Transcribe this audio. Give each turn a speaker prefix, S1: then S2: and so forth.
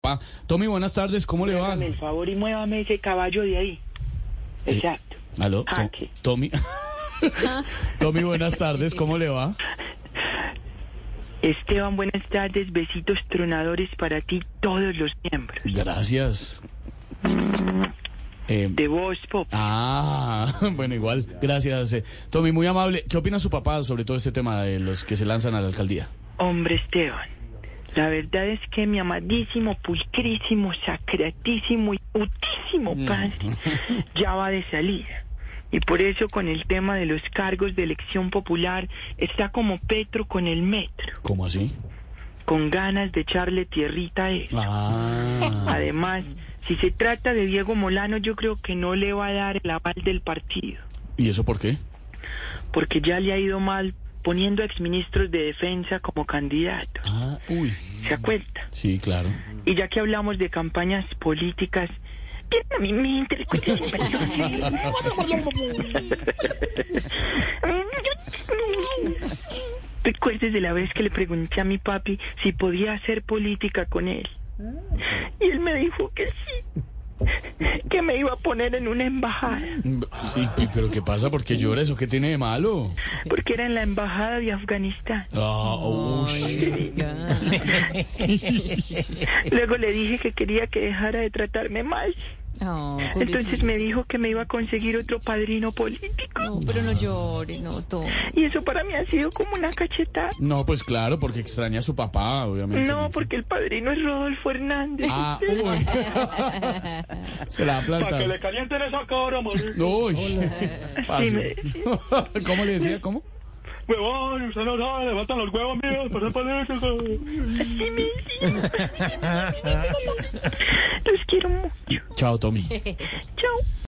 S1: papá. Tommy, buenas tardes, ¿cómo le va?
S2: Hágame el favor y muévame ese caballo de ahí.
S1: Eh,
S2: Exacto.
S1: Aló, To-
S2: Jaque.
S1: Tommy. Tommy, buenas tardes, ¿cómo le va?
S2: Esteban, buenas tardes. Besitos tronadores para ti, todos los miembros.
S1: Gracias. Eh,
S2: De vos, Pop.
S1: ah, bueno, igual, gracias. eh. Tommy, muy amable. ¿Qué opina su papá sobre todo este tema de los que se lanzan a la alcaldía?
S2: Hombre, Esteban. La verdad es que mi amadísimo, pulcrísimo, sacratísimo y putísimo padre ya va de salida. Y por eso con el tema de los cargos de elección popular está como Petro con el metro,
S1: ¿Cómo así?
S2: con ganas de echarle tierrita a él.
S1: Ah,
S2: Además, si se trata de Diego Molano, yo creo que no le va a dar el aval del partido,
S1: ¿y eso por qué?
S2: porque ya le ha ido mal poniendo a exministros de defensa como candidatos.
S1: Ah, uy.
S2: ¿Se acuerda?
S1: Sí, claro.
S2: Y ya que hablamos de campañas políticas, vienen a mi mente recuerdos imperdonables. ¿Recuerdas de la vez que le pregunté a mi papi si podía hacer política con él? Y él me dijo que sí, que me iba a poner en una embajada.
S1: ¿Y, y- pero qué pasa? ¿Por qué llora eso? ¿Qué tiene de malo?
S2: porque era en la embajada de Afganistán.
S1: Ah, uy.
S2: Luego le dije que quería que dejara de tratarme mal.
S3: Oh,
S2: Entonces
S3: pobrecito.
S2: me dijo que me iba a conseguir otro padrino político.
S3: No, pero no llores, no, todo.
S2: Y eso para mí ha sido como una cachetada.
S1: No, pues claro, porque extraña a su papá, obviamente.
S2: No, porque el padrino es Rodolfo Hernández.
S1: Ah, uy. Se la ha plantado.
S2: calienten esa cara,
S1: Uy. Paso.
S2: me decía.
S1: ¿Cómo le decía? ¿Cómo?
S2: Huevón, usted no sabe, le faltan los huevos míos para ser Los quiero mucho.
S1: Chao, Tommy.
S2: Chao.